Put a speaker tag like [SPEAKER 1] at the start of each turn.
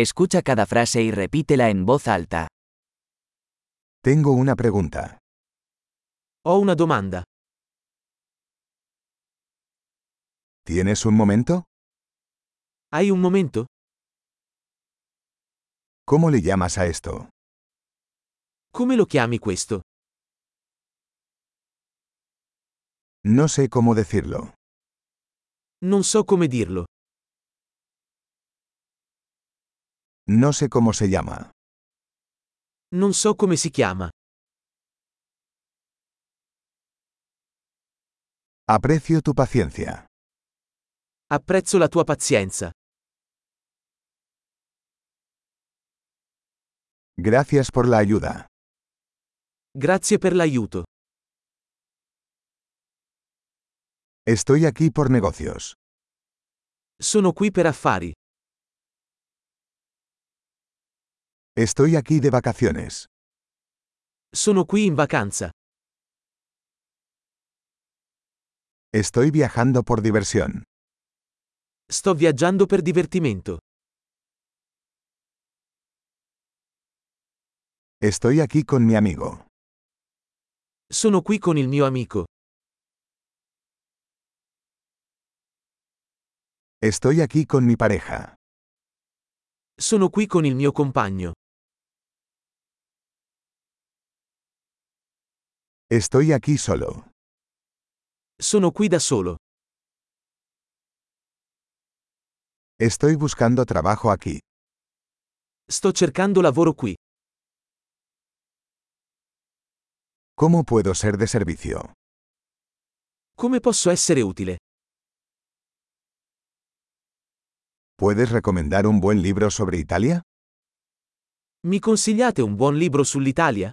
[SPEAKER 1] Escucha cada frase y repítela en voz alta.
[SPEAKER 2] Tengo una pregunta.
[SPEAKER 3] Ho una domanda.
[SPEAKER 2] ¿Tienes un momento?
[SPEAKER 3] Hai un momento?
[SPEAKER 2] ¿Cómo le llamas a esto?
[SPEAKER 3] Come lo chiami questo?
[SPEAKER 2] No sé cómo decirlo.
[SPEAKER 3] Non so come dirlo.
[SPEAKER 2] No sé cómo se llama.
[SPEAKER 3] Non so come si chiama.
[SPEAKER 2] Aprecio tu paciencia.
[SPEAKER 3] Apprezzo la tua pazienza.
[SPEAKER 2] Gracias por la ayuda.
[SPEAKER 3] Grazie per l'aiuto.
[SPEAKER 2] Estoy aquí por negocios.
[SPEAKER 3] Sono qui per affari.
[SPEAKER 2] Estoy aquí de vacaciones.
[SPEAKER 3] Sono qui in vacanza.
[SPEAKER 2] Estoy viajando por diversión.
[SPEAKER 3] Sto viaggiando per divertimento.
[SPEAKER 2] Estoy aquí con mi amigo.
[SPEAKER 3] Sono qui con il mio amico.
[SPEAKER 2] Estoy aquí con mi pareja.
[SPEAKER 3] Sono qui con il mio compagno.
[SPEAKER 2] Estoy aquí solo.
[SPEAKER 3] Sono qui da solo.
[SPEAKER 2] Estoy buscando trabajo aquí.
[SPEAKER 3] Sto cercando lavoro qui.
[SPEAKER 2] ¿Cómo puedo ser de servicio?
[SPEAKER 3] Come posso essere utile?
[SPEAKER 2] ¿Puedes recomendar un buen libro sobre Italia?
[SPEAKER 3] Mi consigliate un buon libro sull'Italia?